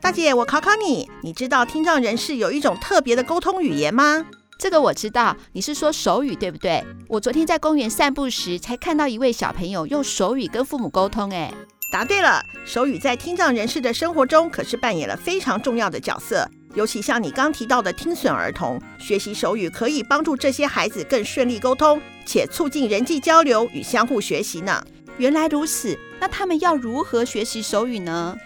大姐，我考考你，你知道听障人士有一种特别的沟通语言吗？这个我知道，你是说手语对不对？我昨天在公园散步时才看到一位小朋友用手语跟父母沟通，哎，答对了，手语在听障人士的生活中可是扮演了非常重要的角色。尤其像你刚提到的听损儿童，学习手语可以帮助这些孩子更顺利沟通，且促进人际交流与相互学习呢。原来如此，那他们要如何学习手语呢？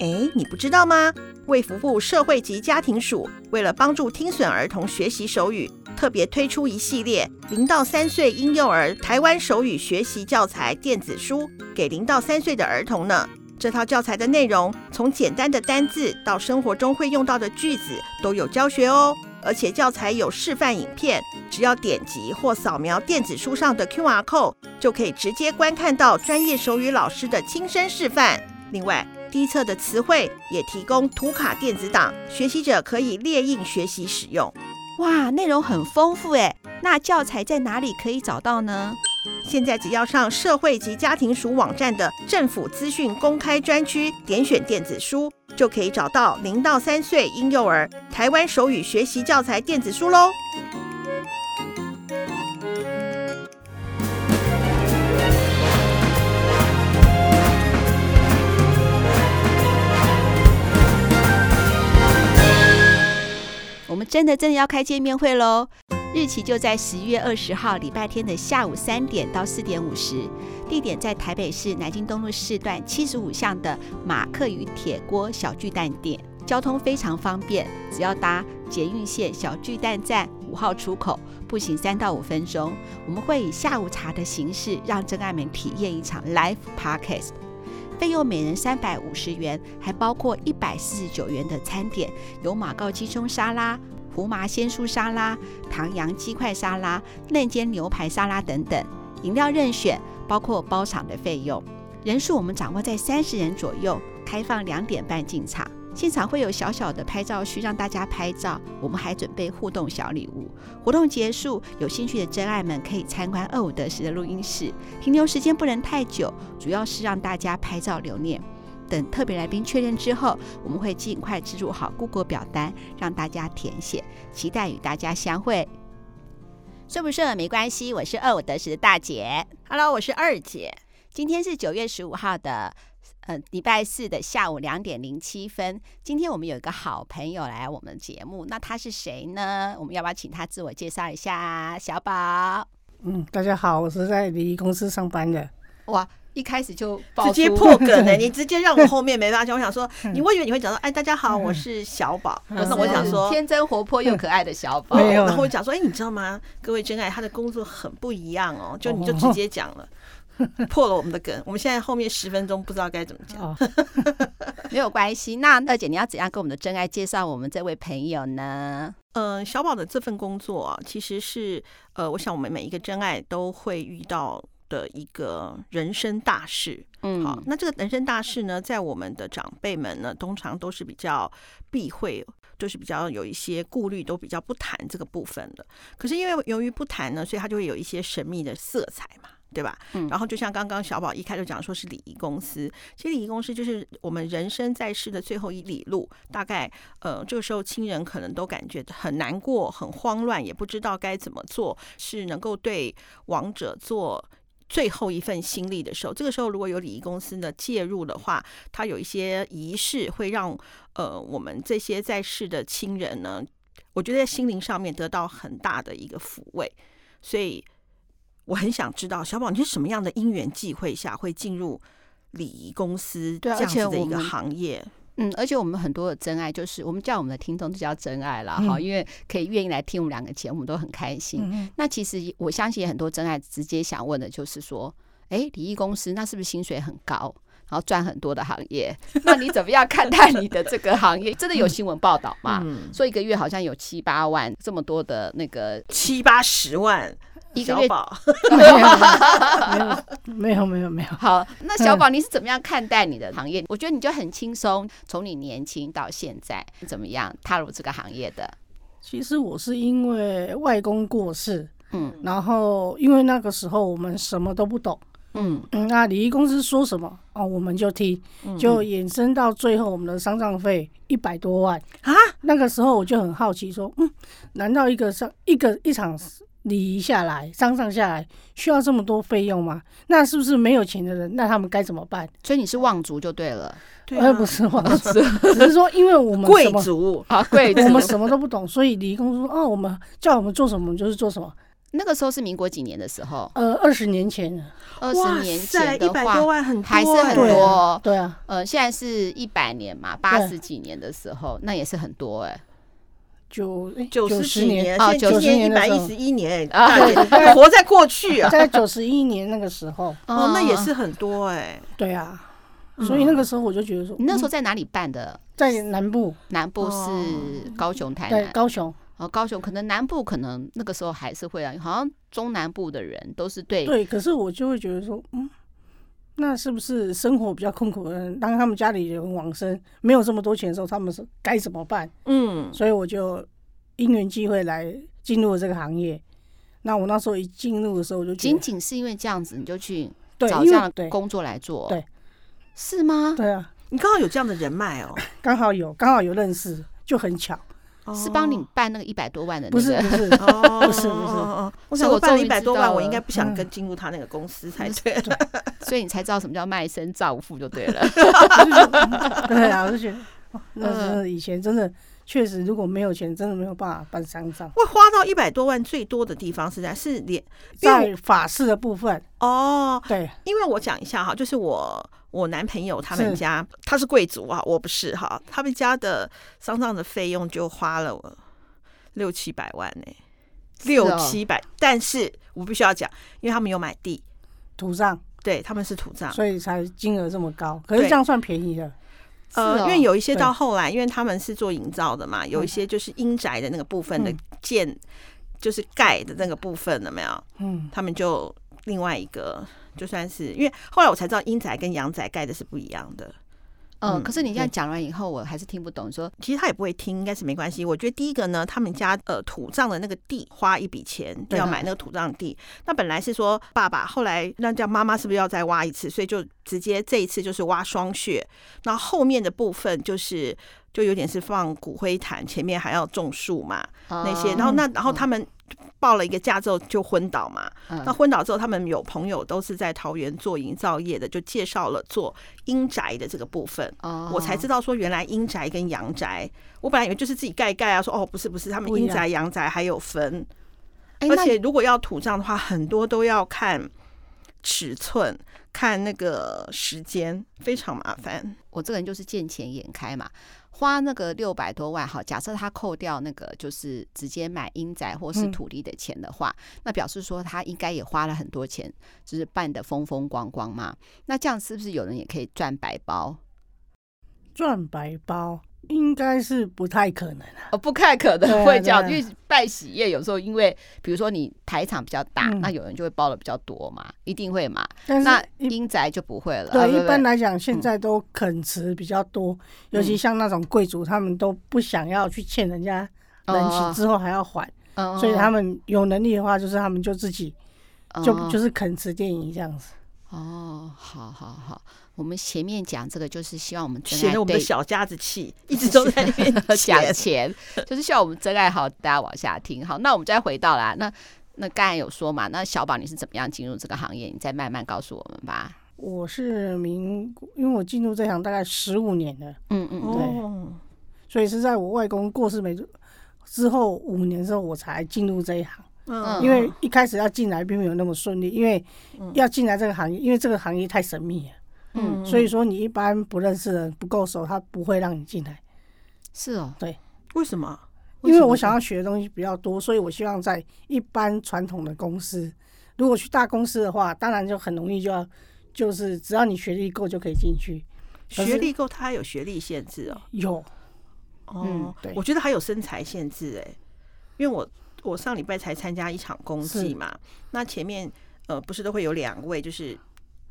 哎，你不知道吗？卫福部社会及家庭署为了帮助听损儿童学习手语，特别推出一系列零到三岁婴幼儿台湾手语学习教材电子书，给零到三岁的儿童呢。这套教材的内容，从简单的单字到生活中会用到的句子都有教学哦。而且教材有示范影片，只要点击或扫描电子书上的 QR code，就可以直接观看到专业手语老师的亲身示范。另外，低测的词汇也提供图卡电子档，学习者可以列印学习使用。哇，内容很丰富哎！那教材在哪里可以找到呢？现在只要上社会及家庭署网站的政府资讯公开专区，点选电子书，就可以找到零到三岁婴幼儿台湾手语学习教材电子书喽。我们真的真的要开见面会喽！日期就在十月二十号礼拜天的下午三点到四点五十，地点在台北市南京东路四段七十五巷的马克与铁锅小巨蛋店，交通非常方便，只要搭捷运线小巨蛋站五号出口，步行三到五分钟。我们会以下午茶的形式，让真爱们体验一场 live podcast。费用每人三百五十元，还包括一百四十九元的餐点，有马告鸡胸沙拉、胡麻鲜蔬沙拉、唐扬鸡块沙拉、嫩煎牛排沙拉等等。饮料任选，包括包场的费用。人数我们掌握在三十人左右，开放两点半进场。现场会有小小的拍照区让大家拍照，我们还准备互动小礼物。活动结束，有兴趣的真爱们可以参观二五得十的录音室，停留时间不能太久，主要是让大家拍照留念。等特别来宾确认之后，我们会尽快植入好 Google 表单，让大家填写。期待与大家相会。顺不顺耳没关系，我是二五得十的大姐。 Hello，我是二姐。今天是九月十五号的，呃，礼拜四的下午两点零七分。今天我们有一个好朋友来我们节目，那他是谁呢？我们要不要请他自我介绍一下？小宝，嗯，大家好，我是在礼仪公司上班的。哇，一开始就直接破梗了，你直接让我后面没办法讲。我想说，你我以为你会讲到，哎，大家好，我是小宝。嗯啊那我想说，天真活泼又可爱的小宝。没有然后我讲说，哎，你知道吗？各位真爱，他的工作很不一样哦。就你就直接讲了，破了我们的梗。我们现在后面十分钟不知道该怎么讲。 哦， 没有关系。那二姐，你要怎样跟我们的真爱介绍我们这位朋友呢？呃，小宝的这份工作啊，其实是呃，我想我们每一个真爱都会遇到的一个人生大事。嗯，好，那这个人生大事呢，在我们的长辈们呢，通常都是比较避讳，就是比较有一些顾虑，都比较不谈这个部分的。可是因为由于不谈呢，所以它就会有一些神秘的色彩嘛。对吧？嗯然后就像刚刚小宝一开始讲，说是礼仪公司，其实礼仪公司就是我们人生在世的最后一里路，大概呃这个时候亲人可能都感觉很难过、很慌乱，也不知道该怎么做，是能够对亡者做最后一份心力的时候，这个时候如果有礼仪公司的介入的话，它有一些仪式会让呃我们这些在世的亲人呢，我觉得在心灵上面得到很大的一个抚慰，所以我很想知道小宝你是什么样的因缘际会下会进入礼仪公司这对样啊子而且的我一个们行业？嗯，而且我们很多的真爱，就是我们叫我们的听众就叫真爱啦，哈、嗯因为可以愿意来听我们两个节目，都很开心。嗯那其实我相信很多真爱直接想问的就是说，诶，礼仪公司那是不是薪水很高，然后赚很多的行业？ 那你怎么样看待你的这个行业？真的有新闻报道吗？嗯，说一个月好像有七八万这么多的那个七八十万，一个小月啊宝没有，没有，没有，没有。 好，那小嗯宝，你是怎么样看待你的行业？我觉得你就很轻松，从你年轻到现在，怎么样踏入这个行业的？其实我是因为外公过世，嗯然后因为那个时候我们什么都不懂，嗯嗯那礼仪公司说什么哦，我们就听，嗯就衍生到最后我们的丧葬费一百多万。啊，那个时候我就很好奇，说，嗯，难道一个丧一个一场礼仪下来，丧葬下来需要这么多费用吗？那是不是没有钱的人，那他们该怎么办？所以你是望族就对了，对而哎啊，哎不是我，只是说，因为我们贵什么族啊， 贵我们族。什么都不懂，所以礼仪公司说，哦，我们叫我们做什么，我们就是做什么。那个时候是民国几年的时候，呃，二十年前了，二哇十年塞，前一的百话多，万很多、欸，还是很对多啊哦对啊，呃，现在是一百年嘛，八十几年的时候，那也是很多哎、九九十十几年，年，啊现在今90年年一百的时一候十一年，啊大对姐活在过去 啊，在九十一年那个时候，哦，那也嗯。是很多哎、对啊。所以那个时候我就觉得说，你那时候嗯在哪里办的？在南部，南部是哦高雄、台对南，高雄，哦，高雄可能南部可能那个时候还是会啊，好像中南部的人都是对对，可是我就会觉得说，嗯，那是不是生活比较困苦的人，当他们家里人往生没有这么多钱的时候，他们是该怎么办？嗯，所以我就因缘际会来进入了这个行业。那我那时候一进入的时候，我就觉仅得仅是因为这样子，你就去对，找这因样为的对工作来做，对，是吗？对啊，你刚好有这样的人脉哦，刚好有刚好有认识，就很巧，哦是帮你办那个一百多万的、那不个，是不是，哦，不是不是哦，哦我所以想我我办了终于一百知多道万，我了应该不想嗯跟进入他那个公司才不对。所以你才知道什么叫卖身造父就对了。 我就觉得嗯对啊，我就觉得，哇那真嗯的以前真的确实，如果没有钱，真的没有办法办丧葬。会花到一百多万最多的地方是在是连因为在法式的部分，哦，对，因为我讲一下哈，就是我我男朋友他们是家他是贵族啊，我不是哈，他们家的丧葬的费用就花了我六七百万呢、哦六七百，但是我必须要讲，因为他们有买地，土葬，对他们是土葬，所以才金额这么高。可是啊对这样算便宜的，哦呃，因为有一些哦对到后来，因为他们是做营造的嘛，有一些就是阴宅的那个部分的嗯建，就是盖的那个部分了没有？嗯，他们就另外一个，就算是因为后来我才知道阴宅跟阳宅盖的是不一样的。嗯，嗯可是你这样讲完以后，我还是听不懂。说其实他也不会听，应该是没关系。我觉得第一个呢，他们家呃土葬的那个地花一笔钱对要买那个土葬地，那本来是说爸爸，后来那叫妈妈是不是要再挖一次，所以就直接这一次就是挖双穴，那后面的部分就是就有点是放骨灰坛，前面还要种树嘛那哦些，然后那然后他们。报了一个假之后就昏倒嘛，那嗯昏倒之后，他们有朋友都是在桃园做营造业的，就介绍了做阴宅的这个部分。哦我才知道说原来阴宅跟阳宅，我本来以为就是自己盖一盖啊，说哦不是不是，他们不一阴样宅阳宅还有分，哎而那且如果要土葬的话，很多都要看尺寸、看那个时间，非常麻烦。我这个人就是见钱眼开嘛，花那个六百多万，好，假设他扣掉那个就是直接买阴宅或是嗯土地的钱的话，那表示说他应该也花了很多钱，就是办的风风光光嘛。那这样是不是有人也可以赚白包？赚白包应该是不太可能啊。哦，不太可对能啊会这样，因对啊为办喜宴有时候因为比如说你台场比较大，嗯那有人就会包的比较多嘛，一定会嘛。但那是一阴宅就不会了，啊嗯对不一般不来讲，现在都肯吃比较多，尤其像那种贵族，他们都不想要去欠人家人哦情之后还要还，嗯所以他们有能力的话，就是他们就自己就哦就是肯吃电影这样子。哦，好好好，我们前面讲这个就是希望我们真显爱得我们的对小家子 气，一直都在那边 讲钱钱，就是希望我们真爱好，大家往下听。好，那我们再回到啦，那那刚才有说嘛，那小宝你是怎么样进入这个行业？你再慢慢告诉我们吧。我是民国，因为我进入这行大概十五年了，嗯嗯，嗯哦，所以是在我外公过世没之后五年之后，我才进入这一行。嗯因为一开始要进来并没有那么顺利，因为嗯要进来这个行业，因为这个行业太神秘了，嗯所以说你一般不认识的人不够熟，他不会让你进来。是哦，为什么？因为我想要学的东西比较多，所以我希望在一般传统的公司，如果去大公司的话，当然就很容易就要，就是只要你学历够就可以进去。可是学历够，他还有学历限制哦。有哦，嗯对我觉得还有身材限制哎、因为我我上礼拜才参加一场公祭是嘛，那前面呃不是都会有两位，就是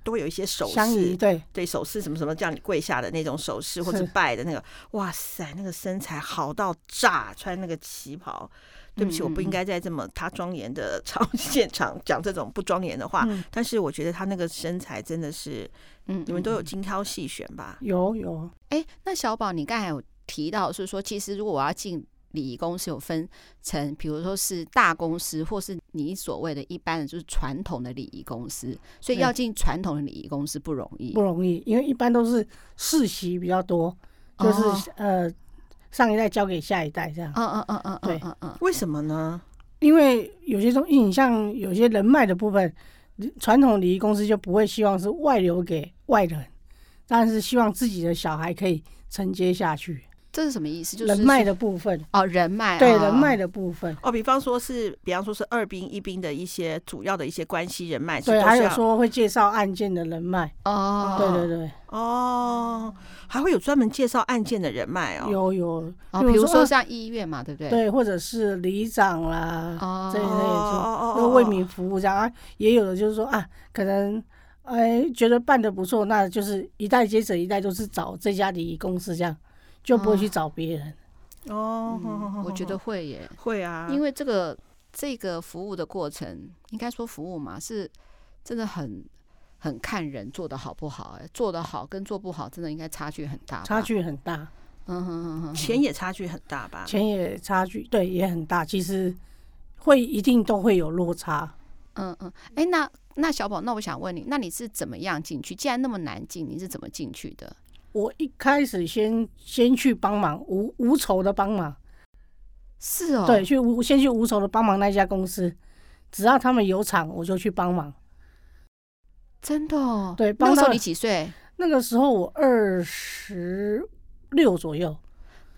都会有一些手相宜势，对，对手势什么什么叫你跪下的那种手势，或者是拜的那个，哇塞，那个身材好到炸，穿那个旗袍对不起，嗯我不应该在这么他庄严的场现场 讲这种不庄严的话。嗯但是我觉得他那个身材真的是，嗯你们都有精挑细选吧？有有，哎，那小宝，你刚才有提到是说，其实如果我要进礼仪公司，有分成，比如说是大公司，或是你所谓的一般的，就是传统的礼仪公司，所以对要进传统的礼仪公司不容易不。容易，因为一般都是世袭比较多，就是、哦呃上一代交给下一代这样。嗯嗯嗯嗯，对嗯嗯嗯，为什么呢？因为有些东西，你像有些人脉的部分，传统礼仪公司就不会希望是外流给外人，但是希望自己的小孩可以承接下去。这是什么意思？就是人脉的部分，哦，人脉对哦人脉的部分，哦，比方说是，比方说是二兵一兵的一些主要的一些关系人脉，是对，都是还有要说会介绍案件的人脉，哦，对对对，哦，还会有专门介绍案件的人脉哦。有有，哦，比如说呃像医院嘛，对不对？对，或者是里长啦，哦这一类哦哦哦哦就都为民服务这样啊。也有的就是说啊，可能哎觉得办的不错，那就是一代接着一代都是找这家礼仪公司这样，就不会去找别人。哦，嗯，我觉得会耶，会嗯啊，因为为这个这个服务的过程，应该说服务嘛，是真的很很看人做的好不好、哎，做的好跟做不好，真的应该差距很大吧。差，距很大，嗯哼哼哼，钱也差距很大吧。钱也差距，对，也很大。其实会一定都会有落差。嗯嗯，哎、那那小宝，那我想问你，那你是怎么样进去？既然那么难进，你是怎么进去的？我一开始先先去帮忙，无无酬的帮忙，是哦，对，，去无先去无酬的帮忙那家公司，只要他们有场，我就去帮忙。真的哦，对那帮个时候到你几岁？那个时候我二十六左右，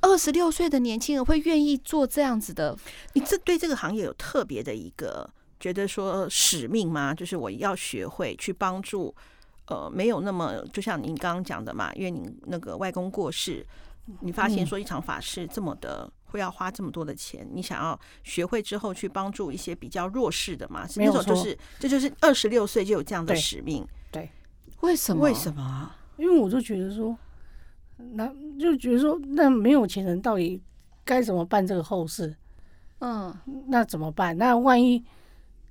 二十六岁的年轻人会愿意做这样子的，你这对这个行业有特别的一个觉得说使命吗？就是我要学会去帮助。呃，没有那么，就像您刚刚讲的嘛，因为您那个外公过世，你发现嗯说一场法事这么的会要花这么多的钱，你想要学会之后去帮助一些比较弱势的嘛？是没那有种就错是这就是二十六岁就有这样的对使命，为什么？为什么啊？因为我就觉得说，那就觉得说，那没有钱人到底该怎么办这个后事？嗯，那怎么办？那万一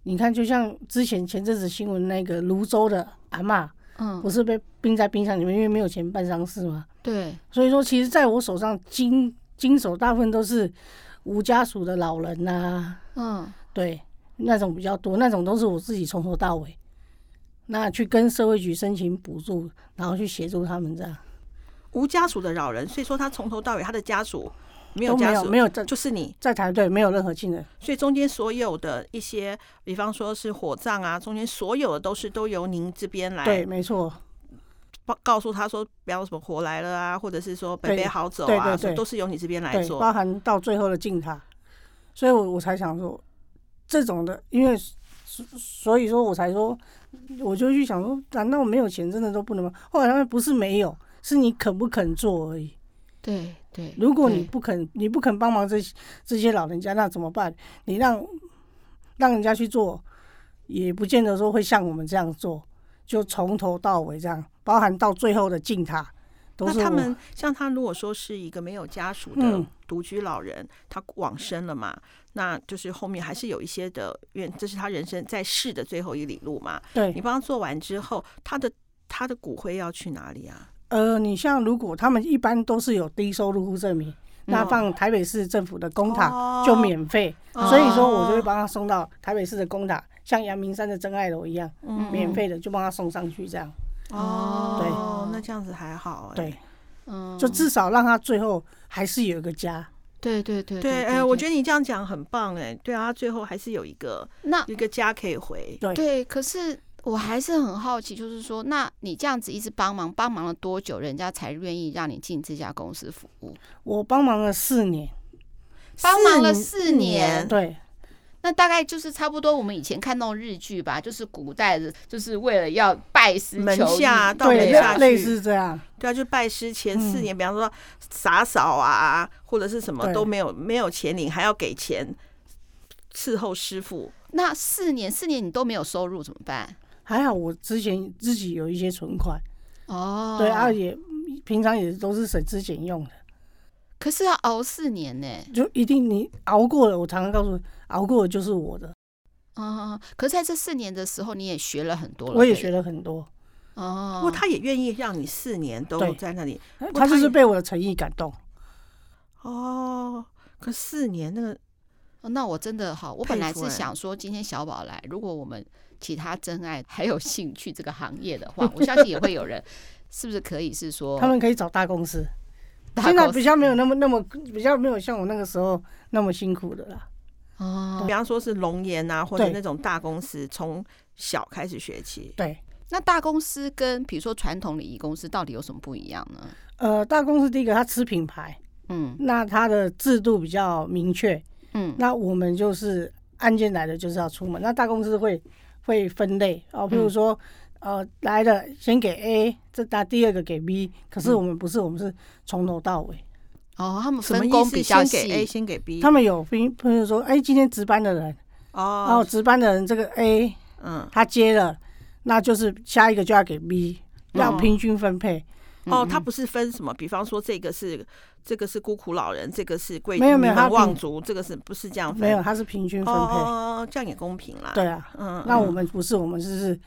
你看，就像之前前阵子新闻那个泸州的阿嬷，嗯不是被冰在冰箱里面，因为没有钱办丧事吗？对，所以说，其实在我手上经经手大部分都是无家属的老人呐、嗯对，那种比较多，那种都是我自己从头到尾，那去跟社会局申请补助，然后去协助他们这样，无家属的老人，所以说他从头到尾他的家属没有都没家有属，没有在就是你，在台对没有任何亲人，所以中间所有的一些，比方说是火葬啊，中间所有的都是都由您这边对，来没错，告告诉他说不要什么火来了啊，或者是说北北对好走对啊，对所以对都是由你这边来对，做。包含到最后的进塔，所以我我才想说，这种的，因为所所以说我才说，我就去想说，难道没有钱真的都不能吗？后来他们不是没有，是你肯不肯做而已。对对。如果对你不肯，你不肯帮忙这些这些老人家，那怎么办？你让让人家去做，也不见得说会像我们这样做，就从头到尾这样，包含到最后的进塔，都那是他我们像他如果说是一个没有家属的嗯独居老人，他往生了嘛，那就是后面还是有一些的，因为这是他人生在世的最后一里路嘛。你对。帮他做完之后，他的他的骨灰要去哪里啊？呃，你像如果他们一般都是有低收入户证明，那嗯放台北市政府的公塔嗯哦就免费，所以说我就会哦帮他送到台北市的公塔，像阳明山的真爱楼一样，嗯免费的就帮他送上去这样。哦，对那这样子还好哎、对，嗯，就至少让他最后还是有一个家。对对对对，哎、我觉得得你这样讲很棒哎、对啊，他最后还是有一个那一个家可以回。对对，可是我还是很好奇，就是说，那你这样子一直帮忙，帮忙了多久，人家才愿意让你进这家公司服务？我帮忙了四年，帮忙了四四年年，对那大概就是差不多我们以前看那种日剧吧，就是古代的，就是为了要拜师门求艺下到对，底啊下类去类似这样，对啊，就拜师前嗯四年，比方说打扫啊，或者是什么对都没有，没有钱领，还要给钱伺候师傅。那四年，四年你都没有收入怎么办？还好我之前自己有一些存款，哦，啊对，啊也平常也都是省吃俭用的，可是要熬四年呢、就一定你熬过了。我常常告诉你，熬过了就是我的。哦，可是在这四年的时候，你也学了很多了。我也对学了很多，不哦，过他也愿意让你四年都对在那里哎过他就他是也被我的诚意感动。哦。可四年那个哦那我真的好，我佩本来服是哎想说，今天小宝来，如果我们其他真爱还有兴趣这个行业的话，我相信也会有人，是不是可以是说他们可以找大公司，哦大现在公司比较没有那么那么比较没有像我那个时候那么辛苦的啦。哦比？方说是龙岩啊，或者对那种大公司，从小开始学起。对，那大公司跟比如说传统礼仪公司到底有什么不一样呢？呃，大公司第一个它吃品牌，嗯那它的制度比较明确，嗯那我们就是案件来了就是要出门，那大公司会会分类哦，譬嗯如说、呃来了先给 A，这打第二个给 B，可是嗯我们不是，我们是从头到尾，哦，他们什么分意工思？比较先给哎 A，细先给 B。他们有譬譬如说，哎、今天值班的人，然后哦，值班的人这个 A 嗯，他接了，那就是下一个就要给 B，要嗯平均分配，哦，他嗯不是分什么？比方说这个是这个是孤苦老人，这个是贵没有没有名门他望族，这个是不是这样分？没有，他是平均分哦配，哦哦，这样也公平啦。对，啊，嗯，那嗯我们不是，我们是是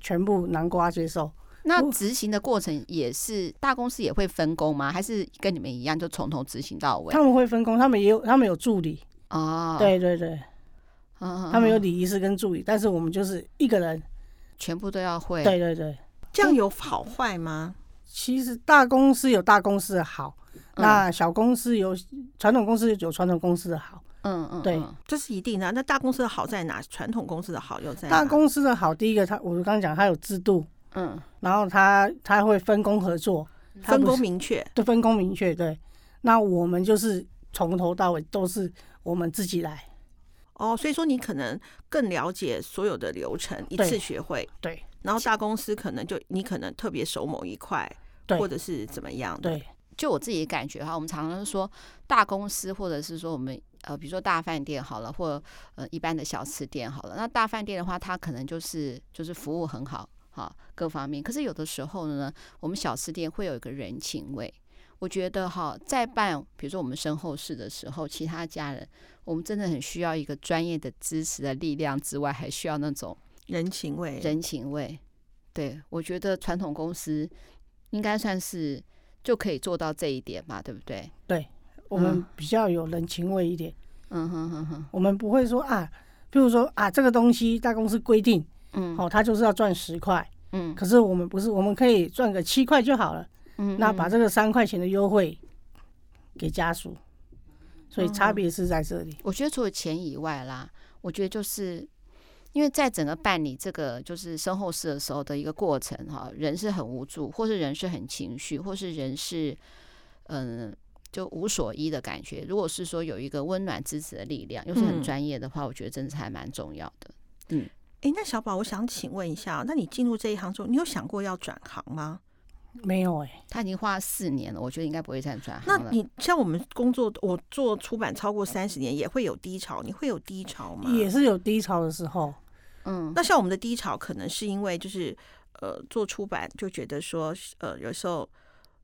全部南瓜接受，哦那我执行的过程也是大公司也会分工吗？还是跟你们一样就从头执行到尾？他们会分工，他们也有他们有助理，哦，对对对。嗯，他们嗯有嗯礼仪师跟助理，但是我们就是一个人。全部都要会。对对对，这样有好坏吗？其实大公司有大公司的好，嗯那小公司有传统公司有传统公司的好。嗯嗯，对嗯这是一定的啊。那大公司的好在哪？传统公司的好又在哪？大公司的好，第一个它我刚刚讲它有制度，嗯，然后它它会分工合作，它分不工是明确。对分工明确。对，那我们就是从头到尾都是我们自己来。哦，所以说你可能更了解所有的流程，一对次学会。对然后大公司可能就你可能特别熟某一块，对或者是怎么样的。对就我自己的感觉哈，我们常常说大公司或者是说我们呃，比如说大饭店好了，或呃一般的小吃店好了。那大饭店的话，它可能就是就是服务很好哈，各方面。可是有的时候呢，我们小吃店会有一个人情味。我觉得哈，在办比如说我们身后事的时候，其他家人，我们真的很需要一个专业的支持的力量之外，还需要那种人情味。人情味。对，我觉得传统公司应该算是就可以做到这一点吧，对不对？对，我们嗯比较有人情味一点，嗯哼哼哼，我们不会说啊，譬如说啊，这个东西大公司规定，嗯，哦，它就是要赚十块。嗯，可是我们不是，我们可以赚个七块就好了。嗯，那把嗯这个三块钱的优惠给家属，所以嗯差别是在这里。我觉得除了钱以外啦，我觉得就是因为在整个办理这个就是身后事的时候的一个过程哈，人是很无助，或是人是很情绪，或是人是嗯。就无所依的感觉。如果是说有一个温暖支持的力量，又是很嗯专业的话，我觉得真的是还蛮重要的。哎，那小宝，我想请问一下，那你进入这一行之后，你有想过要转行吗？没有哎、他已经花了四年了，我觉得应该不会再转那行了。你像我们工作，我做出版超过三十年，也会有低潮，你会有低潮吗？也是有低潮的时候。嗯，那像我们的低潮，可能是因为就是呃做出版就觉得说呃有时候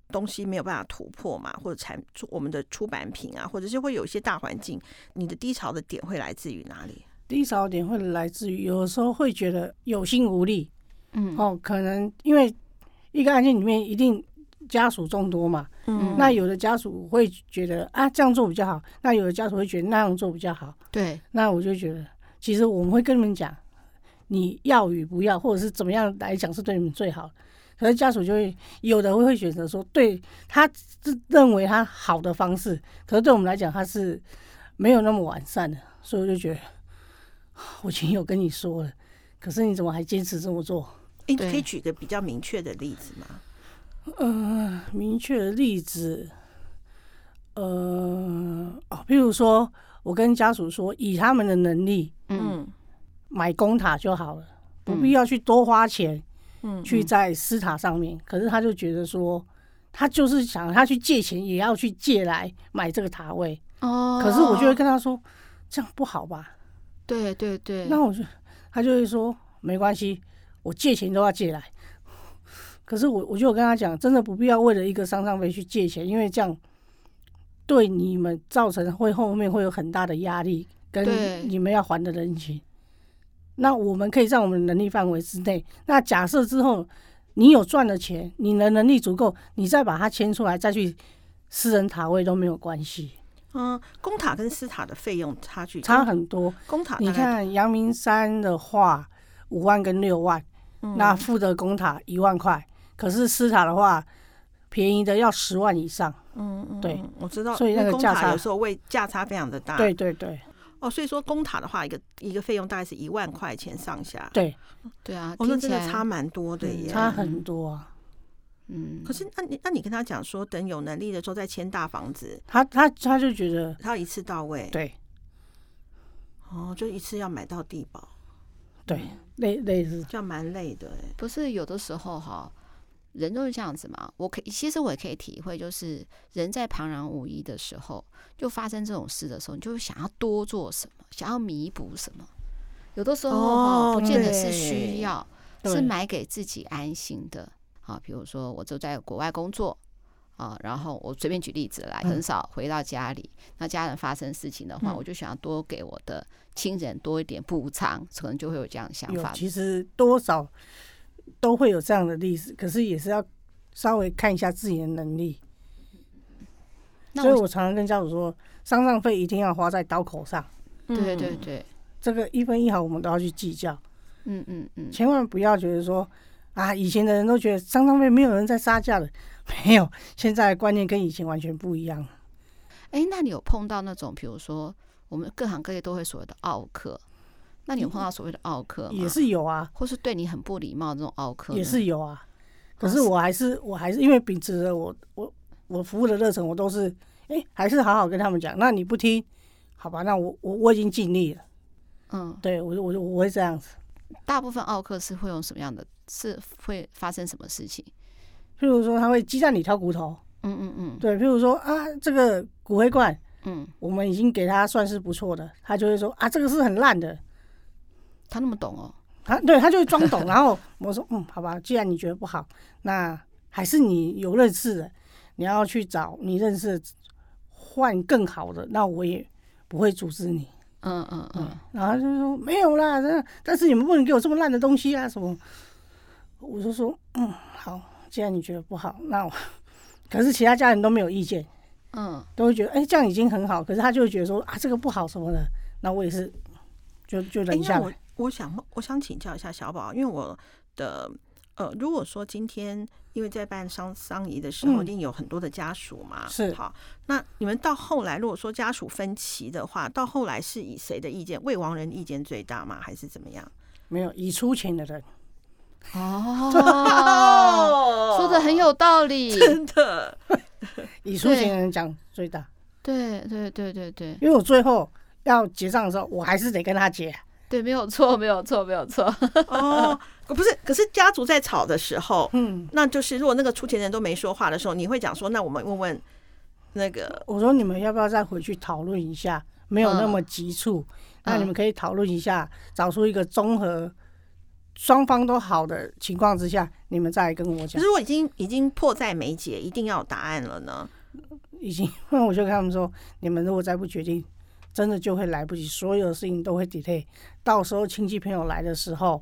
东西没有办法突破嘛，或者产出我们的出版品啊，或者是会有一些大环境，你的低潮的点会来自于哪里？低潮点会来自于有的时候会觉得有心无力嗯哦，可能因为一个案件里面一定家属众多嘛，嗯那有的家属会觉得啊这样做比较好，那有的家属会觉得那样做比较好，对，那我就觉得，其实我们会跟你们讲，你要与不要，或者是怎么样来讲是对你们最好。可是家属就会有的会选择说，对他自认为他好的方式，可是对我们来讲他是没有那么完善的，所以我就觉得， 我已经有跟你说了，可是你怎么还坚持这么做？诶你可对以举个比较明确的例子吗？嗯、明确的例子，呃，哦，譬如说我跟家属说，以他们的能力，嗯买公塔就好了，不嗯必要去多花钱嗯去在私塔上面。可是他就觉得说，他就是想他去借钱也要去借来买这个塔位。哦可是我就会跟他说，这样不好吧？对对对，那我就他就会说没关系，我借钱都要借来。 可是我我就有跟他讲，真的不必要为了一个丧葬费去借钱，因为这样对你们造成会后面会有很大的压力，跟对你们要还的人情。那我们可以在我们能力范围之内。那假设之后你有赚了钱，你的能力足够，你再把它牵出来，再去私人塔位都没有关系，嗯，公塔跟私塔的费用差距差很多。公塔大概你看阳明山的话，五万跟六万，嗯那富德公塔一万块，可是私塔的话，便宜的要十万以上。嗯嗯对嗯我知道，所以那因为个公价塔差有时候位价差非常的大，对对对哦，所以说公塔的话，一个一个费用大概是一万块钱上下，对，对啊，哦，那听起真的来差蛮多的耶。差很多啊。嗯，可是那你那你跟他讲说，等有能力的时候再签大房子，他他他就觉得他要一次到位，对哦，就一次要买到地保，对，类类似这样蛮累的耶。不是有的时候哈，人都是这样子嘛。我可以其实我也可以体会，就是人在旁人无一的时候，就发生这种事的时候，你就会想要多做什么，想要弥补什么。有的时候哈，哦不见得是需对要，对是买给自己安心的。啊，比如说我就在国外工作。啊，然后我随便举例子来，嗯很少回到家里，那家人发生事情的话，嗯我就想要多给我的亲人多一点补偿，可能就会有这样的想有，法。其实多少都会有这样的例子，可是也是要稍微看一下自己的能力。那所以我常常跟家属说，丧葬费一定要花在刀口上，对对嗯，对，这个一分一毫我们都要去计较，嗯嗯嗯，千万不要觉得说啊，以前的人都觉得丧葬费没有人在杀价的， 没有，现在的观念跟以前完全不一样。哎，那你有碰到那种，比如说我们各行各业都会所谓的奥客，那你有碰到所谓的奥客吗？也，是有啊，或是对你很不礼貌的那种奥客呢？也是有啊。可是我还是我还是因为秉持着我我我服务的热忱，我都是哎、还是好好跟他们讲。那你不听，好吧？那我我我已经尽力了。嗯，对我就我就我会这样子。大部分奥客是会用什么样的？是会发生什么事情？譬如说，他会鸡蛋里挑骨头，嗯嗯嗯对。譬如说啊，这个骨灰罐嗯，我们已经给他算是不错的，他就会说啊，这个是很烂的。他那么懂哦，他对他就会装懂，然后我说嗯，好吧，既然你觉得不好，那还是你有认识的，你要去找你认识的换更好的，那我也不会阻止你。嗯嗯嗯，然后他就说没有啦，那但是你们不能给我这么烂的东西啊什么。我就说嗯，好，既然你觉得不好，那我可是其他家人都没有意见， 嗯，都会觉得哎、这样已经很好，可是他就会觉得说啊这个不好什么的，那我也是就就哎忍，下那来我。我想我想请教一下小宝，因为我的呃，如果说今天因为在办丧丧仪的时候，嗯一定有很多的家属嘛，是好。那你们到后来，如果说家属分歧的话，到后来是以谁的意见？未亡人意见最大吗？还是怎么样？没有已出钱的人。哦， 说的 很有道理，真的，以出钱的人讲最大，对对对对对因为我最后要结账的时候，我还是得跟他结。啊对，没有错，没有错，没有错，哦，不是，可是家族在吵的时候，嗯，那就是如果那个出钱人都没说话的时候，你会讲说，那我们问问那个，我说你们要不要再回去讨论一下？没有那么急促，嗯那你们可以讨论一下，找出一个综合双方都好的情况之下，你们再来跟我可讲是。我已经已经迫在眉睫，一定要有答案了呢。已经，那我就跟他们说，你们如果再不决定，真的就会来不及，所有的事情都会 delay。到时候亲戚朋友来的时候，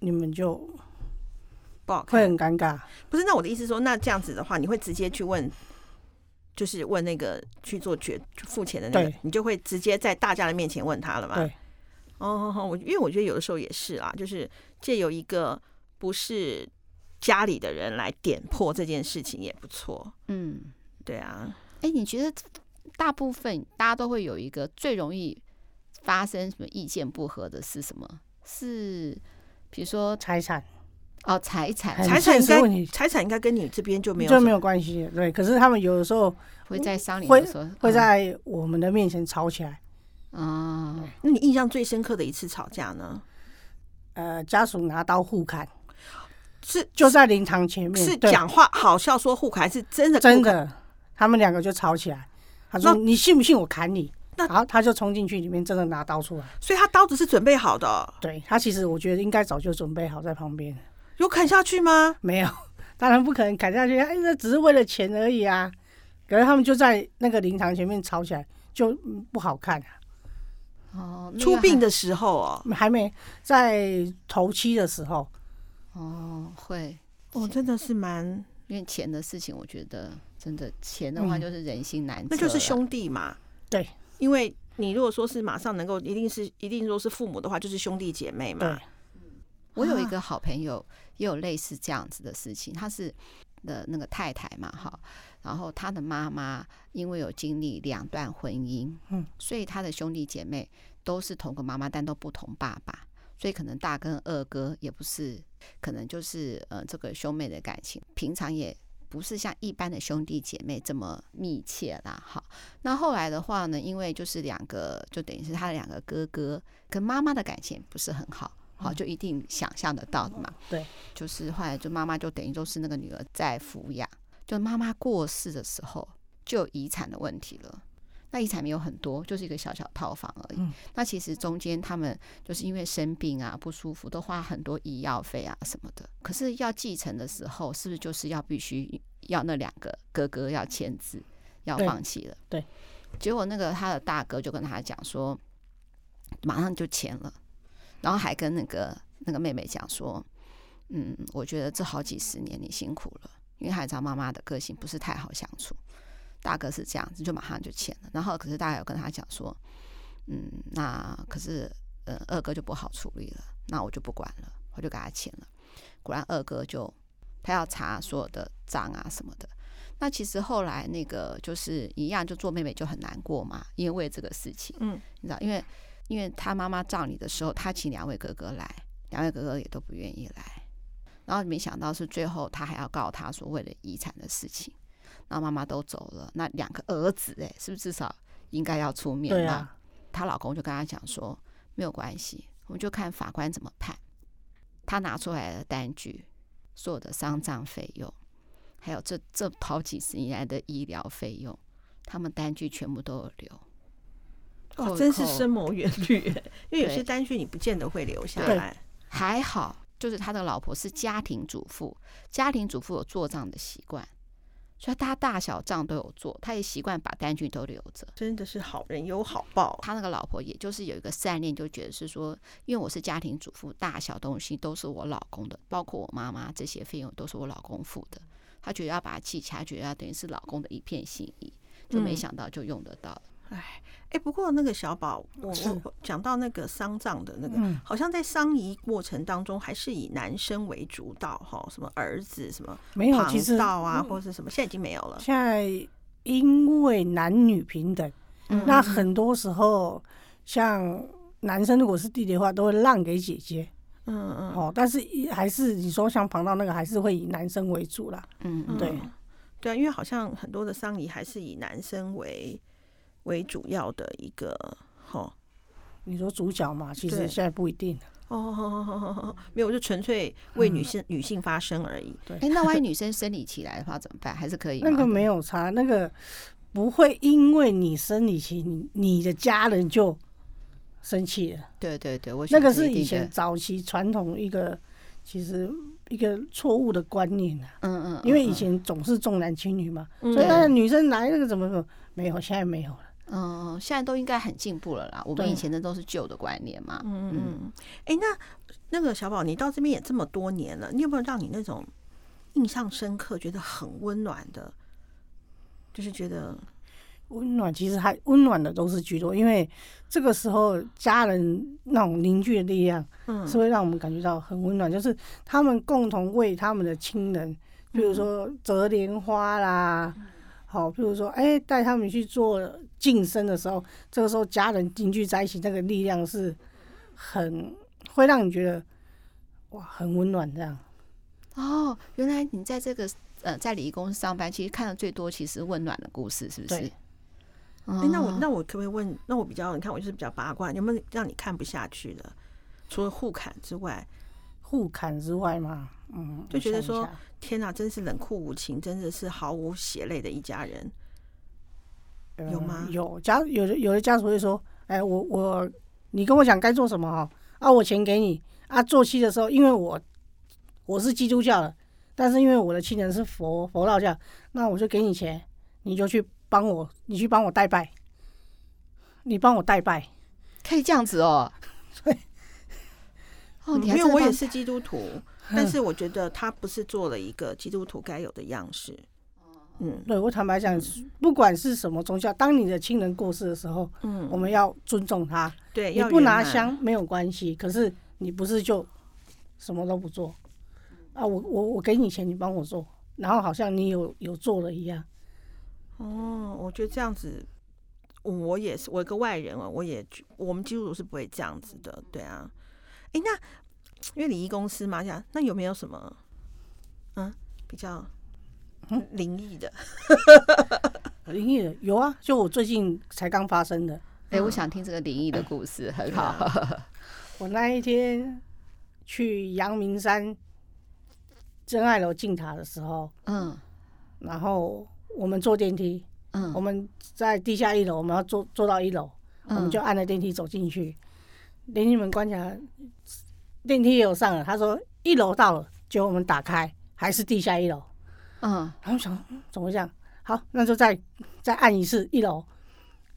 你们就不好会看，很尴尬。不是？那我的意思是说，那这样子的话，你会直接去问，就是问那个去做决付钱的那个对，你就会直接在大家的面前问他了嘛？对。哦，哦哦我因为我觉得有的时候也是啦，就是借由一个不是家里的人来点破这件事情也不错。嗯。对啊，哎，你觉得大部分大家都会有一个最容易发生什么意见不合的是什么？是比如说财产哦财产很财产应现实该问题财产应该跟你这边就没有就什没么有关系了，对。可是他们有的时候会在嗯丧礼会的时候会在我们的面前吵起来。啊、那你印象最深刻的一次吵架呢？呃，家属拿刀互砍，是就在灵堂前面，是对讲话好笑说互砍，还是真的真互砍？的，他们两个就吵起来。他说那：“你信不信我砍你？”那然后他就冲进去里面，真的拿刀出来。所以他刀子是准备好的哦，对他其实我觉得应该早就准备好在旁边了，有砍下去吗？没有，当然不可能砍下去。哎，那只是为了钱而已啊。可是他们就在那个灵堂前面吵起来，就嗯不好看、啊。哦，那个出殡还的时候哦，还没在头七的时候，哦，会哦，真的是蛮，因为钱的事情，我觉得真的钱的话嗯就是人心难测啦、啊那就是兄弟嘛。对，因为你如果说是马上能够，一定是一定说是父母的话，就是兄弟姐妹嘛对。我有一个好朋友，也有类似这样子的事情，她是的那个太太嘛，哈，然后她的妈妈因为有经历两段婚姻，嗯，所以她的兄弟姐妹都是同个妈妈，但都不同爸爸，所以可能大跟二哥也不是，可能就是呃这个兄妹的感情，平常也。不是像一般的兄弟姐妹这么密切啦，哈。那后来的话呢，因为就是两个，就等于是他的两个哥哥跟妈妈的感情不是很好，好就一定想象得到的嘛。嗯对，就是后来就妈妈就等于都是那个女儿在抚养，就妈妈过世的时候就有遗产的问题了。那遗产没有很多，就是一个小小套房而已。嗯那其实中间他们就是因为生病啊、不舒服，都花很多医药费啊什么的。可是要继承的时候，是不是就是要必须要那两个哥哥要签字，要对放弃了？对结果那个他的大哥就跟他讲说，马上就签了，然后还跟那个那个妹妹讲说，嗯，我觉得这好几十年你辛苦了，因为海潮妈妈的个性不是太好相处。大哥是这样子，就马上就签了。然后可是大家有跟他讲说，嗯，那可是呃二哥就不好处理了，那我就不管了，我就给他签了。果然二哥就他要查所有的账啊什么的。那其实后来那个就是一样，就做妹妹就很难过嘛，因为为这个事情，嗯，你知道，因为因为他妈妈葬礼的时候，他请两位哥哥来，两位哥哥也都不愿意来，然后没想到是最后他还要告他说为了遗产的事情，然后妈妈都走了，那两个儿子哎、是不是至少应该要出面？对，啊，她老公就跟她讲说，没有关系，我们就看法官怎么判。她拿出来的单据，所有的丧葬费用，还有这这好几十年来的医疗费用，他们单据全部都有留。扣哇，一真是扣深谋远 虑耶，哦因为有对些单据你不见得会留下对来。还好，就是他的老婆是家庭主妇，家庭主妇有做账的习惯，所以他大小账都有做，他也习惯把单据都留着。真的是好人有好报，他那个老婆也就是有一个善念，就觉得是说，因为我是家庭主妇，大小东西都是我老公的，包括我妈妈这些费用都是我老公付的。她觉得要把它记起来，觉得要等于是老公的一片心意，就没嗯想到就用得到。哎哎，不过那个小宝，我是我我讲到那个丧葬的那个，嗯，好像在丧仪过程当中，还是以男生为主导哈，什么儿子什么没有，其旁实道啊，嗯或是什么，现在已经没有了。现在因为男女平等，嗯那很多时候像男生如果是弟弟的话，都会让给姐姐嗯嗯，哦。但是一还是你说像旁道那个，还是会以男生为主啦。嗯，嗯嗯对对啊，因为好像很多的丧仪还是以男生为为主要的一个哈。你说主角嘛，其对实现在不一定。哦，没有，就纯粹为女性、女性发声而已。哎、那万一女生生理期来的话怎么办？还是可以吗？那个没有差，那个不会因为你生理期，你你的家人就生气了。对对对，我想那个这是一定以前的，早期传统一个其实一个错误的观念啊，嗯嗯，因为以嗯前总是重男轻女嘛，嗯所以那个女生来那个怎么怎么没有，现在没有了。嗯，嗯现在都应该很进步了啦。我们对以前的都是旧的观念嘛，嗯嗯，哎、那那个小宝，你到这边也这么多年了，你有没有让你那种印象深刻、觉得很温暖的？就是觉得温暖其实还温暖的都是居多，因为这个时候家人那种凝聚的力量嗯是会让我们感觉到很温暖，就是他们共同为他们的亲人，比嗯如说折莲花啦，好，譬如说哎带、他们去做晋升的时候，这个时候家人凝聚在一起，那个力量是很会让你觉得哇很温暖这样。哦，原来你在这个呃在礼仪公司上班，其实看的最多其实温暖的故事，是不是对？哎、哦那我那我可不可以问？那我比较，你看我就是比较八卦，有没有让你看不下去的？除了互砍之外，互砍之外嘛，嗯，就觉得我想一说下天哪、真是冷酷无情，真的是毫无血泪的一家人。呃有吗有家有的有的家属会说，哎，我我你跟我讲该做什么哈，啊，我钱给你啊。做期的时候，因为我我是基督教的，但是因为我的亲人是佛佛道教，那我就给你钱，你就去帮我，你去帮我代拜，你帮我代拜。可以这样子 哦。对。哦，你因还为真的我也帮是基督 徒，但是我觉得他不是做了一个基督徒该有的样式。哦嗯对我坦白讲，不管是什么宗教，当你的亲人过世的时候，嗯，我们要尊重他。对，你要不圆拿满香没有关系，可是你不是就什么都不做啊？我我我给你钱，你帮我做，然后好像你有有做了一样。哦，我觉得这样子，我也是，我一个外人哦，我也觉我们基督徒是不会这样子的，对啊。哎，那因为礼仪公司嘛，这样那有没有什么嗯比较嗯灵异的？灵异的有啊，就我最近才刚发生的。哎、我想听这个灵异的故事，很对啊好。我那一天去阳明山真爱楼进塔的时候，嗯然后我们坐电梯，嗯，我们在地下一楼，我们要坐坐到一楼，我嗯们就按了电梯走进去，电梯门关起来，电梯也有上了。他说一楼到了，结果我们打开还是地下一楼，嗯然后想嗯怎么会这样？好，那就再再按一次一楼，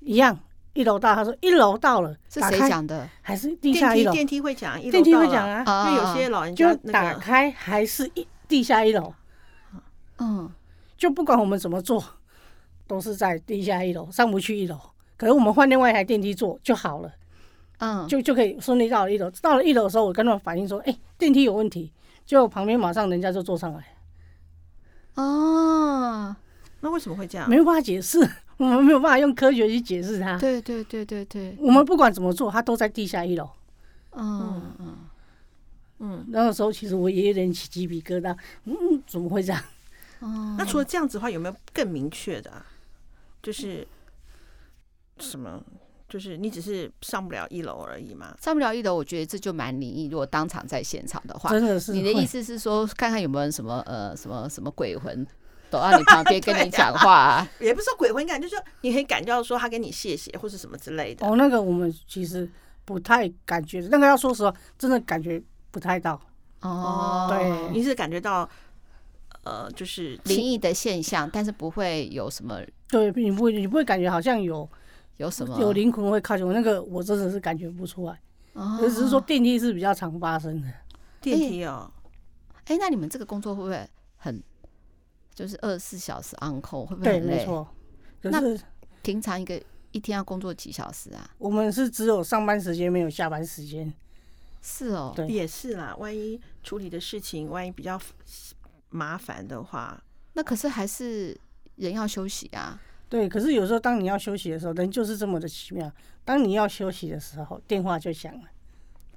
一样一楼到。他说一楼到了，是打谁开讲的？还是地电下一梯楼，电梯会讲，一电楼梯到会了讲，啊，因为有些老人就家打那个开还是一地下一楼，嗯就不管我们怎么做，都是在地下一楼，上不去一楼。可是我们换另外一台电梯坐就好了。嗯，就就可以顺利到了一楼。到了一楼的时候，我跟他们反映说：“哎、电梯有问题。”就旁边马上人家就坐上来，哦，那为什么会这样没？有办法解释， 我们没有办法用科学去解释啊它。啊对对对对对，我们不管怎么做，它都在地下一楼。嗯嗯，嗯，那个时候其实我也有点起鸡皮疙瘩，嗯，怎么会这样？哦那除了这样子的话，有没有更明确的、啊？就是什么？就是你只是上不了一楼而已嘛？上不了一楼，我觉得这就蛮灵异。如果当场在现场的话，真的是你的意思？思是说，看看有没有人什么呃什么什么鬼 魂走到你旁边跟你讲话、啊？也不是说鬼魂感，就是说你可以感觉到说他跟你谢谢或是什么之类的。哦，那个我们其实不太感觉，那个要说实话，真的感觉不太到。哦， 对你是感觉到呃，就是气灵异的现象，但是不会有什么对，你不会你不会感觉好像有有什么有灵魂会靠近我，那个我真的是感觉不出来，哦只是说，电梯是比较常发生的。电梯哦，哎、那你们这个工作会不会很就是二十四小时 on call，会不会对，很累？没错。可那是平常一个一天要工作几小时啊？我们是只有上班时间，没有下班时间。是哦，对也是啦。万一处理的事情，万一比较麻烦的话，那可是还是人要休息啊。对，可是有时候当你要休息的时候，人就是这么的奇妙。当你要休息的时候，电话就响了。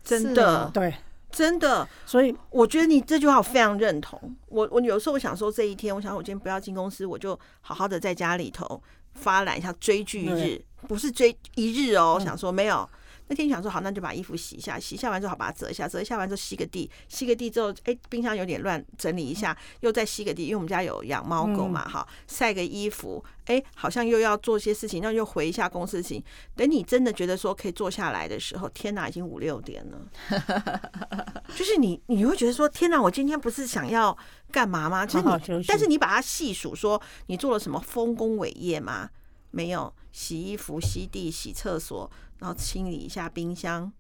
真是的、哦对，真的，所以我觉得你这句话我非常认同。我我有时候我想说这一天，我想我今天不要进公司，我就好好的在家里头发懒一下，追剧一日，不是追一日哦。嗯想说没有。那天想说好，那就把衣服洗一下，洗一下完之后好把它折一下，折一下完之后吸个地，吸个地之后，哎、冰箱有点乱，整理一下，又再吸个地，因为我们家有养猫狗嘛，哈、晒个衣服，哎、好像又要做些事情，那又回一下公司的事情。等你真的觉得说可以坐下来的时候，天哪，已经五六点了。就是你，你会觉得说，天哪，我今天不是想要干嘛吗？就是好你，哦好休息。但是你把它细数说，你做了什么丰功伟业吗？没有，洗衣服、吸地、洗厕所，然后清理一下冰箱，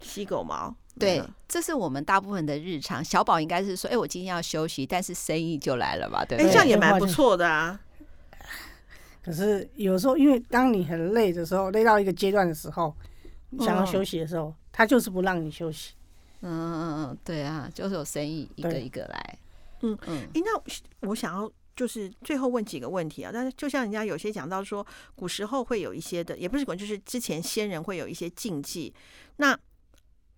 吸狗毛。没对了，这是我们大部分的日常。小宝应该是说，哎、我今天要休息，但是生意就来了嘛，对哎、不对？这样也蛮不错的啊。可是有时候，因为当你很累的时候，累到一个阶段的时候，你想要嗯休息的时候，他就是不让你休息。嗯嗯嗯，对啊，就是有生意一个对一个来。嗯嗯诶，那我想要就是最后问几个问题啊，但是就像人家有些讲到说，古时候会有一些的，也不是古，就是之前先人会有一些禁忌，那。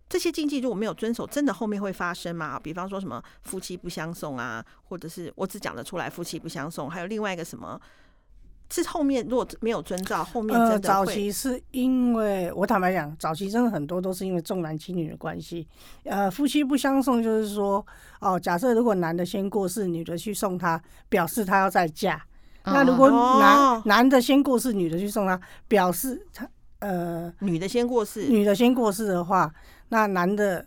这些禁忌如果没有遵守，真的后面会发生吗？比方说什么夫妻不相送啊，或者是我只讲得出来夫妻不相送，还有另外一个什么，是后面如果没有遵照，后面呃，真的早会、期是因为我坦白讲，早期真的很多都是因为重男轻女的关系。呃，夫妻不相送，就是说，哦，假设如果男的先过世，女的去送他，表示他要再嫁；那如果嗯男、哦男的先过世，女的去送他，表示他呃女的先过世，女的先过世的话，那男的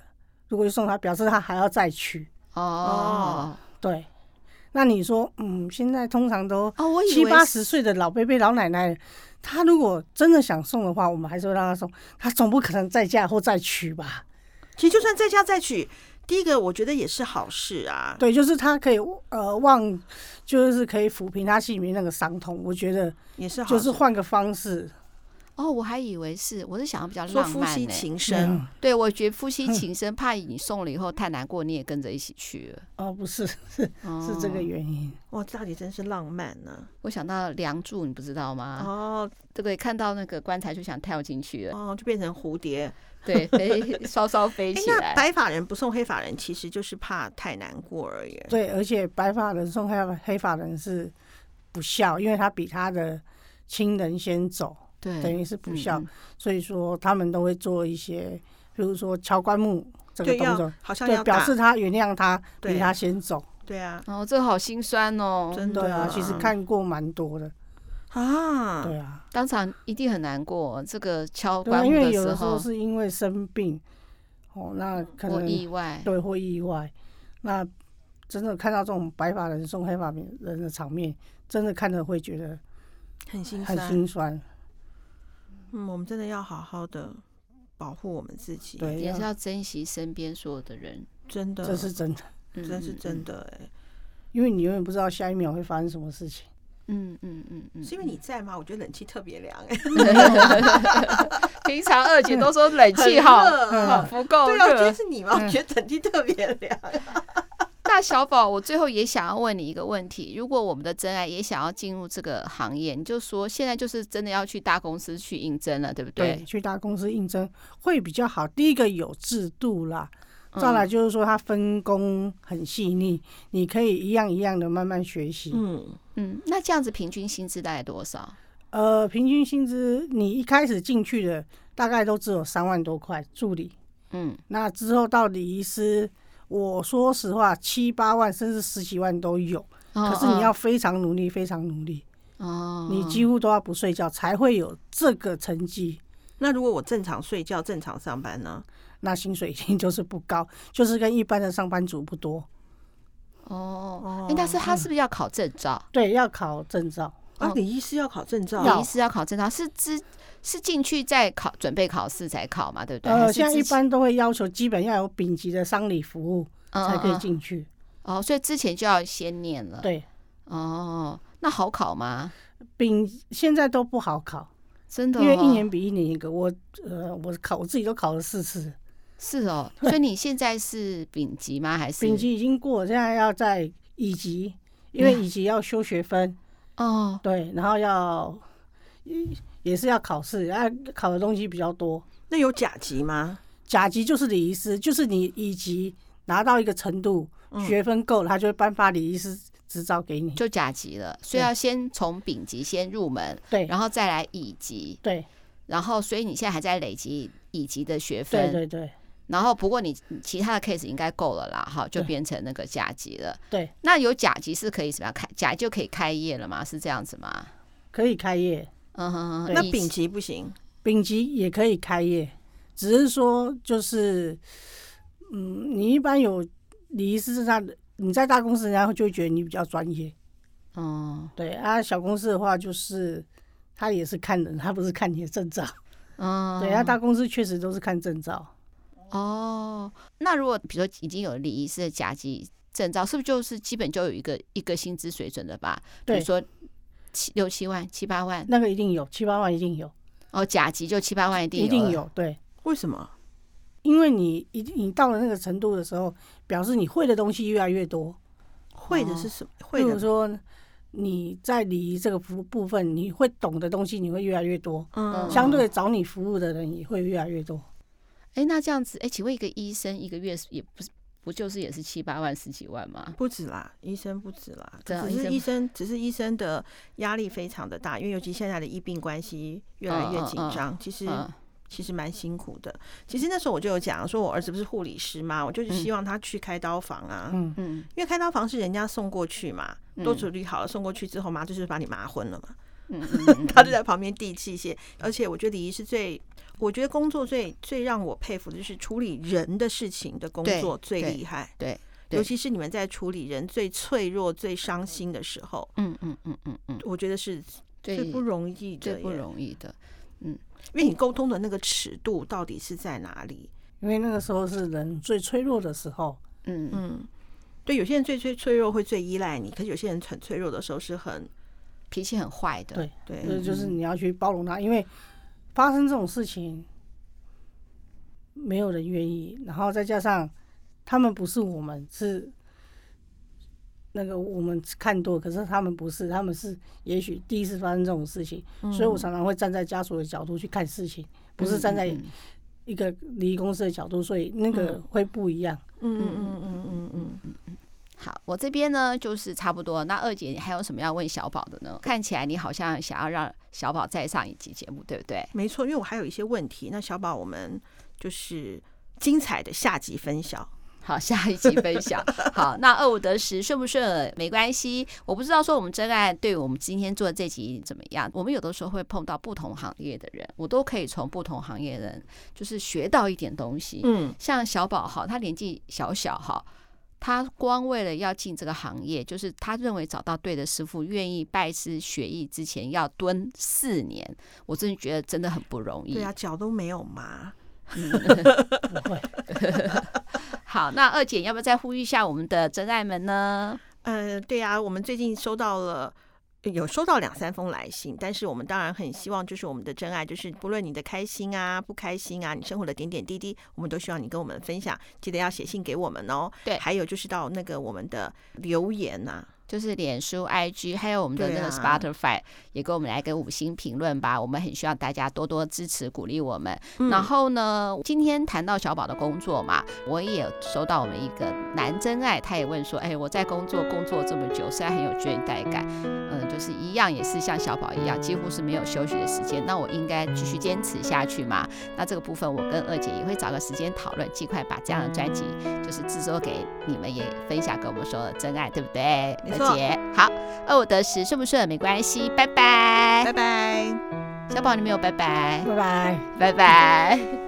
如果去送他，表示他还要再娶。哦哦，对，那你说，嗯，现在通常都哦，我以为七八是十岁的老伯伯、老奶奶，他如果真的想送的话，我们还是会让他送。他总不可能再嫁或再娶吧？其实就算再嫁再娶，第一个我觉得也是好事啊。对，就是他可以呃忘，就是可以抚平他心里面那个伤痛。我觉得也是好就事，是换个方式，哦，我还以为是，我是想要比较说浪夫漫欸妻呢情深，嗯对，我觉得夫妻情深， 怕你送了以后太难过，你也跟着一起去了，哦，不是是哦是这个原因。哇，到底真是浪漫呢、我想到《梁祝》，你不知道吗？哦对不对？看到那个棺材就想跳进去了，哦，就变成蝴蝶。对， 飞稍稍飞哎，起 那来。白发人不送黑发人，其实就是怕太难过而已。对，而且白发人送黑黑发人是不孝，因为他比他的亲人先走，对，等于是不嗯孝，嗯所以说他们都会做一些，比如说敲棺木这个对，动要作，好像对要，表打示他原谅他，对比他先走。对啊，哦，这好心酸哦，真的对啊，其实看过蛮多的，啊，对啊，当场一定很难过。这个敲对啊，棺因木嗯为的有时的时候候嗯是因为生病，哦，那可或能意外，对或意外，那真的看到这种白发人送黑发人的场面，真的看着会觉得很心很酸。心酸，嗯，我们真的要好好的保护我们自己。，对，也要是要珍惜身边所有的人。真的，这是真的，嗯真是真。的哎、因为你永远不知道下一秒会发生什么事情。嗯嗯嗯嗯嗯，是因为你在吗？我觉得冷气特别凉哎、 平常二姐都说冷气好嗯很热好不够对啊，我觉得热。嗯是你吗？我觉得冷气特别凉。那小宝，我最后也想要问你一个问题：如果我们的真爱也想要进入这个行业，你就说现在就是真的要去大公司去应征了，对不对，去大公司应征会比较好。第一个有制度啦，嗯再来就是说它分工很细腻，你可以一样一样的慢慢学习。嗯，嗯，那这样子平均薪资大概多少？呃，平均薪资你一开始进去的大概都只有三万多块助理，嗯，那之后到礼仪师，我说实话七八万甚至十几万都有，可可是你要非常努力，非常努力，哦，你几乎都要不睡觉才会有这个成绩。那如果我正常睡觉、正常上班呢？那薪水一定就是不高，就是跟一般的上班族不多。哦哦，哎，但是他是不是要考证照？对，要考证照。啊哦，李医师要考证哦照，礼仪师要考证照，是之是进去再考准备考试才考嘛，对不对？还呃，是现在之一前般都会要求基本要有丙级的丧礼服务嗯才可以嗯嗯进去。哦，所以之前就要先念了。对，哦，那好考吗？丙现在都不好考，真的、哦，因为一年比一年一个。我呃，我考我自己都考了四次，是 哦。所以你现在是丙级吗？还是丙级已经过了，现在要在乙级，嗯因为乙级要修学分，哦，对，然后要也是要考试，啊，考的东西比较多。那有甲级吗？甲级就是礼仪师，就是你乙级拿到一个程度，学分够了，他就会颁发礼仪师执照给你。嗯就甲级了，所以对要先从丙级先入门，对然后再来乙级，对然后所以你现在还在累积乙级的学分，对对对然后不过你你其他的 case 应该够了啦，哈，就对变成那个甲级了。对，那有甲级是可以怎么样开甲就可以开业了吗？是这样子吗？可以开业。嗯哼，哼那乙丙级不行，丙级也可以开业，只是说就是，嗯，你一般有礼仪师在你在大公司，人家就会觉得你比较专业。哦对啊，小公司的话就是。他也是看人，他不是看你的证照。嗯，对，啊，大公司确实都是看证照。哦，那如果比如说已经有礼仪师的甲级证照，是不是就是基本就有一个一个薪资水准了吧？比对如，说七六七万、七八万，那个一定有，七八万一定有，哦，甲级就七八万一定啊一定了有。对，为什么？因为你一你到了那个程度的时候，表示你会的东西越来越多。会的是什么？哦例会如嗯的，说，你在礼仪这个服务部分，你会懂的东西你会越来越多，嗯，相对找你服务的人也会越来越多。哎，那这样子，哎，请问一个医生一个月是也不是不就是也是七八万、十几万吗？不止啦，医生不止啦，对啊只医是生医生，只是医生的压力非常的大，因为尤其现在的医病关系越来越嗯嗯紧嗯张，其实嗯其实蛮辛苦的。其实那时候我就有讲，说我儿子不是护理师嘛，我就是希望他去开刀房啊，嗯，嗯因为开刀房是人家送过去嘛，都嗯处理好了送过去之后，麻醉就是把你麻昏了嘛，嗯嗯嗯他就在旁边递器械。而且我觉得李仪是最，我觉得工作最最让我佩服的就是处理人的事情的工对作最对厉害。对对尤其是你们在处理人最脆弱、最伤心的时候，嗯 嗯嗯嗯嗯，我觉得是最最不容易的，最不，容易的，因为你沟通的那个尺度到底是在哪里？因为那个时候是人最脆弱的时候，嗯嗯嗯，对，有些人最最脆弱会最依赖你，可是有些人很脆弱的时候是很嗯脾气很坏的，对对，嗯所以就是你要去包容他，因为发生这种事情，没有人愿意，然后再加上他们不是我们是那个我们看多，可是他们不是，他们是也许第一次发生这种事情，所以我常常会站在家属的角度去看事情，不是站在嗯嗯嗯一个礼仪公司的角度，所以那个会不一样。嗯嗯嗯嗯嗯嗯嗯，好，我这边呢就是差不多。那二姐，你还有什么要问小宝的呢？看起来你好像想要让小宝再上一集节目，对不对？没错，因为我还有一些问题，那小宝我们就是精彩的下集分享。好，下一集分享。好，那二五得十顺不顺耳没关系，我不知道说我们真爱对我们今天做的这集怎么样。我们有的时候会碰到不同行业的人，我都可以从不同行业的人就是学到一点东西。嗯，像小宝哈，他年纪小小哈，他光为了要进这个行业，就是他认为找到对的师傅，愿意拜师学艺之前要蹲四年，我真的觉得真的很不容易。 对啊，脚都没有麻。不会，好，那二姐要不要再呼吁一下我们的真爱们呢？呃，对啊，我们最近收到了。有收到两三封来信，但是我们当然很希望，就是我们的真爱，就是不论你的开心啊、不开心啊，你生活的点点滴滴，我们都希望你跟我们分享。记得要写信给我们哦。对还有就是到那个我们的留言呐、就是脸书、IG，还有我们的那对个啊 Spotify，、也给我们来个五星评论吧。我们很需要大家多多支持、鼓励我们。嗯然后呢，今天谈到小宝的工作嘛，我也有收到我们一个男真爱，他也问说：“哎，我在工作工作这么久，虽然很有倦怠感，嗯，就是一样也是像小宝一样，几乎是没有休息的时间。那我应该继续坚持下去吗？那这个部分我跟二姐也会找个时间讨论，尽快把这样的专辑就是制作给你们，也分享给我们所有的真爱，对不对？没错二姐，好，二五得十，顺不顺耳没关系，拜拜。拜拜。小宝，你没有拜拜，拜拜。 拜拜。